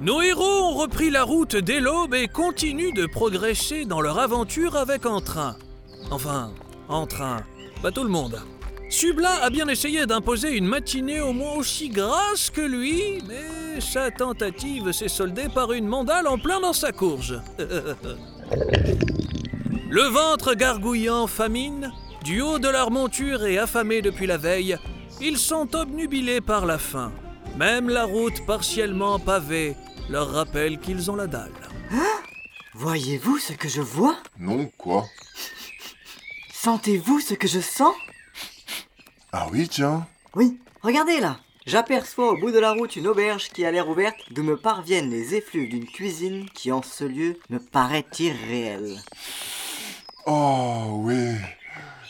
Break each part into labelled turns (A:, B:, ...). A: Nos héros ont repris la route dès l'aube et continuent de progresser dans leur aventure avec entrain. Enfin, entrain. Pas tout le monde. Subla a bien essayé d'imposer une matinée au moins aussi grasse que lui, mais sa tentative s'est soldée par une mandale en plein dans sa courge. Le ventre gargouillant famine, du haut de leur monture et affamés depuis la veille, ils sont obnubilés par la faim. Même la route partiellement pavée leur rappelle qu'ils ont la dalle.
B: Voyez-vous ce que je vois
C: Non, quoi
B: Sentez-vous ce que je sens
C: Ah oui, tiens.
B: Oui, regardez là J'aperçois au bout de la route une auberge qui a l'air ouverte, d'où me parviennent les effluves d'une cuisine qui en ce lieu me paraît irréelle.
C: Oh, oui.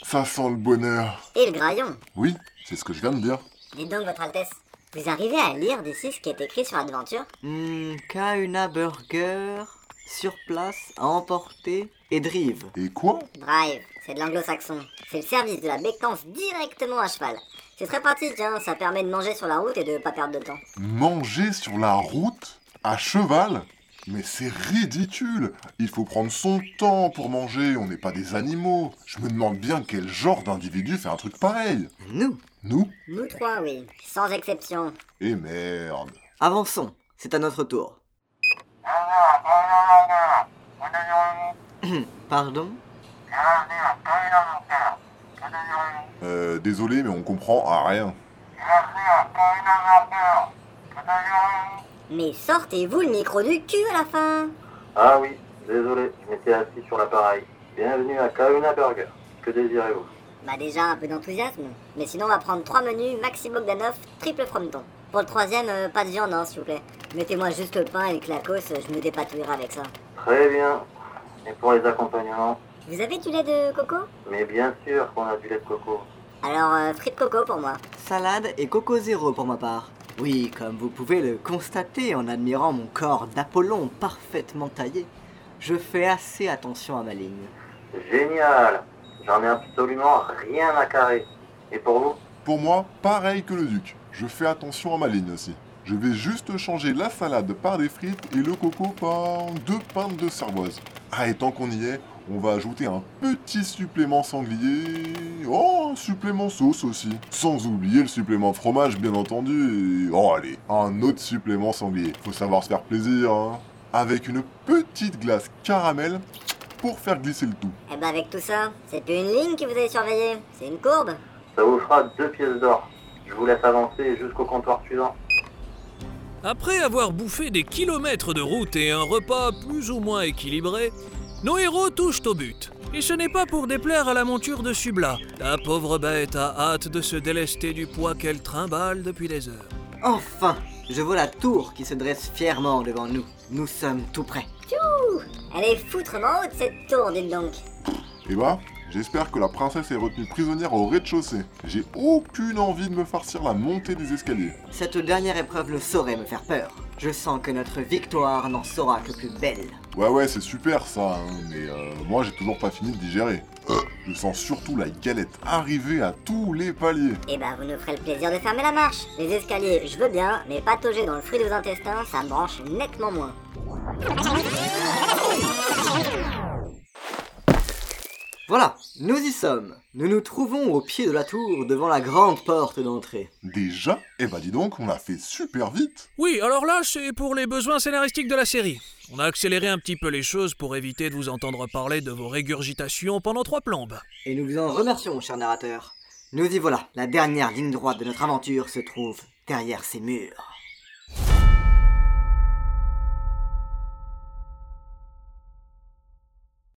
C: Ça sent le bonheur.
D: Et le graillon
C: Oui, c'est ce que je viens de dire.
D: Dites donc, Votre Altesse, vous arrivez à lire d'ici ce qui est écrit sur Adventure
B: Hmm, Kauna Burger, sur place, à emporter et drive.
C: Et quoi
D: Drive, c'est de l'anglo-saxon. C'est le service de la bécance directement à cheval. C'est très pratique, hein, ça permet de manger sur la route et de pas perdre de temps.
C: Manger sur la route À cheval mais c'est ridicule Il faut prendre son temps pour manger, on n'est pas des animaux. Je me demande bien quel genre d'individu fait un truc pareil.
B: Nous,
C: Nous
D: Nous trois, oui, sans exception.
C: Eh merde.
B: avançons, c'est à notre tour. Pardon
C: Euh, désolé, mais on comprend à rien.
D: Mais sortez-vous le micro du cul à la fin
E: Ah oui, désolé, je m'étais assis sur l'appareil. Bienvenue à Kauna Burger. Que désirez-vous
D: Bah déjà un peu d'enthousiasme, mais sinon on va prendre trois menus, maxi Bogdanov, triple frometon. Pour le troisième, euh, pas de viande, hein, s'il vous plaît. Mettez-moi juste le pain et le clacos, euh, je me dépatouillerai avec ça.
E: Très bien. Et pour les accompagnements
D: Vous avez du lait de coco
E: Mais bien sûr qu'on a du lait de coco.
D: Alors, euh, frites coco pour moi.
B: Salade et coco zéro pour ma part. Oui, comme vous pouvez le constater en admirant mon corps d'Apollon parfaitement taillé, je fais assez attention à ma ligne.
E: Génial J'en ai absolument rien à carrer. Et pour vous
C: Pour moi, pareil que le duc. Je fais attention à ma ligne aussi. Je vais juste changer la salade par des frites et le coco par deux pintes de cervoise. Ah, et tant qu'on y est, on va ajouter un petit supplément sanglier. Oh, un supplément sauce aussi. Sans oublier le supplément fromage, bien entendu. Et... Oh, allez, un autre supplément sanglier. Faut savoir se faire plaisir, hein. Avec une petite glace caramel pour faire glisser le tout.
D: Eh ben avec tout ça, c'est plus une ligne que vous allez surveiller, c'est une courbe.
E: Ça vous fera deux pièces d'or. Je vous laisse avancer jusqu'au comptoir suivant.
A: Après avoir bouffé des kilomètres de route et un repas plus ou moins équilibré, nos héros touchent au but. Et ce n'est pas pour déplaire à la monture de Subla. La pauvre bête a hâte de se délester du poids qu'elle trimballe depuis des heures.
B: Enfin, je vois la tour qui se dresse fièrement devant nous. Nous sommes tout prêts.
D: Elle est foutrement haute cette tour, dites donc.
C: Eh bah, j'espère que la princesse est retenue prisonnière au rez-de-chaussée. J'ai aucune envie de me farcir la montée des escaliers.
B: Cette dernière épreuve ne saurait me faire peur. Je sens que notre victoire n'en sera que plus belle.
C: Ouais ouais, c'est super ça, hein, mais euh, moi j'ai toujours pas fini de digérer. Euh, Je sens surtout la galette arriver à tous les paliers.
D: Eh ben vous nous ferez le plaisir de fermer la marche. Les escaliers, je veux bien, mais patauger dans le fruit de vos intestins, ça me branche nettement moins.
B: Voilà, nous y sommes. Nous nous trouvons au pied de la tour devant la grande porte d'entrée.
C: Déjà Eh bah dis donc, on a fait super vite
A: Oui, alors là, c'est pour les besoins scénaristiques de la série. On a accéléré un petit peu les choses pour éviter de vous entendre parler de vos régurgitations pendant trois plombes.
B: Et nous vous en remercions, cher narrateur. Nous y voilà. La dernière ligne droite de notre aventure se trouve derrière ces murs.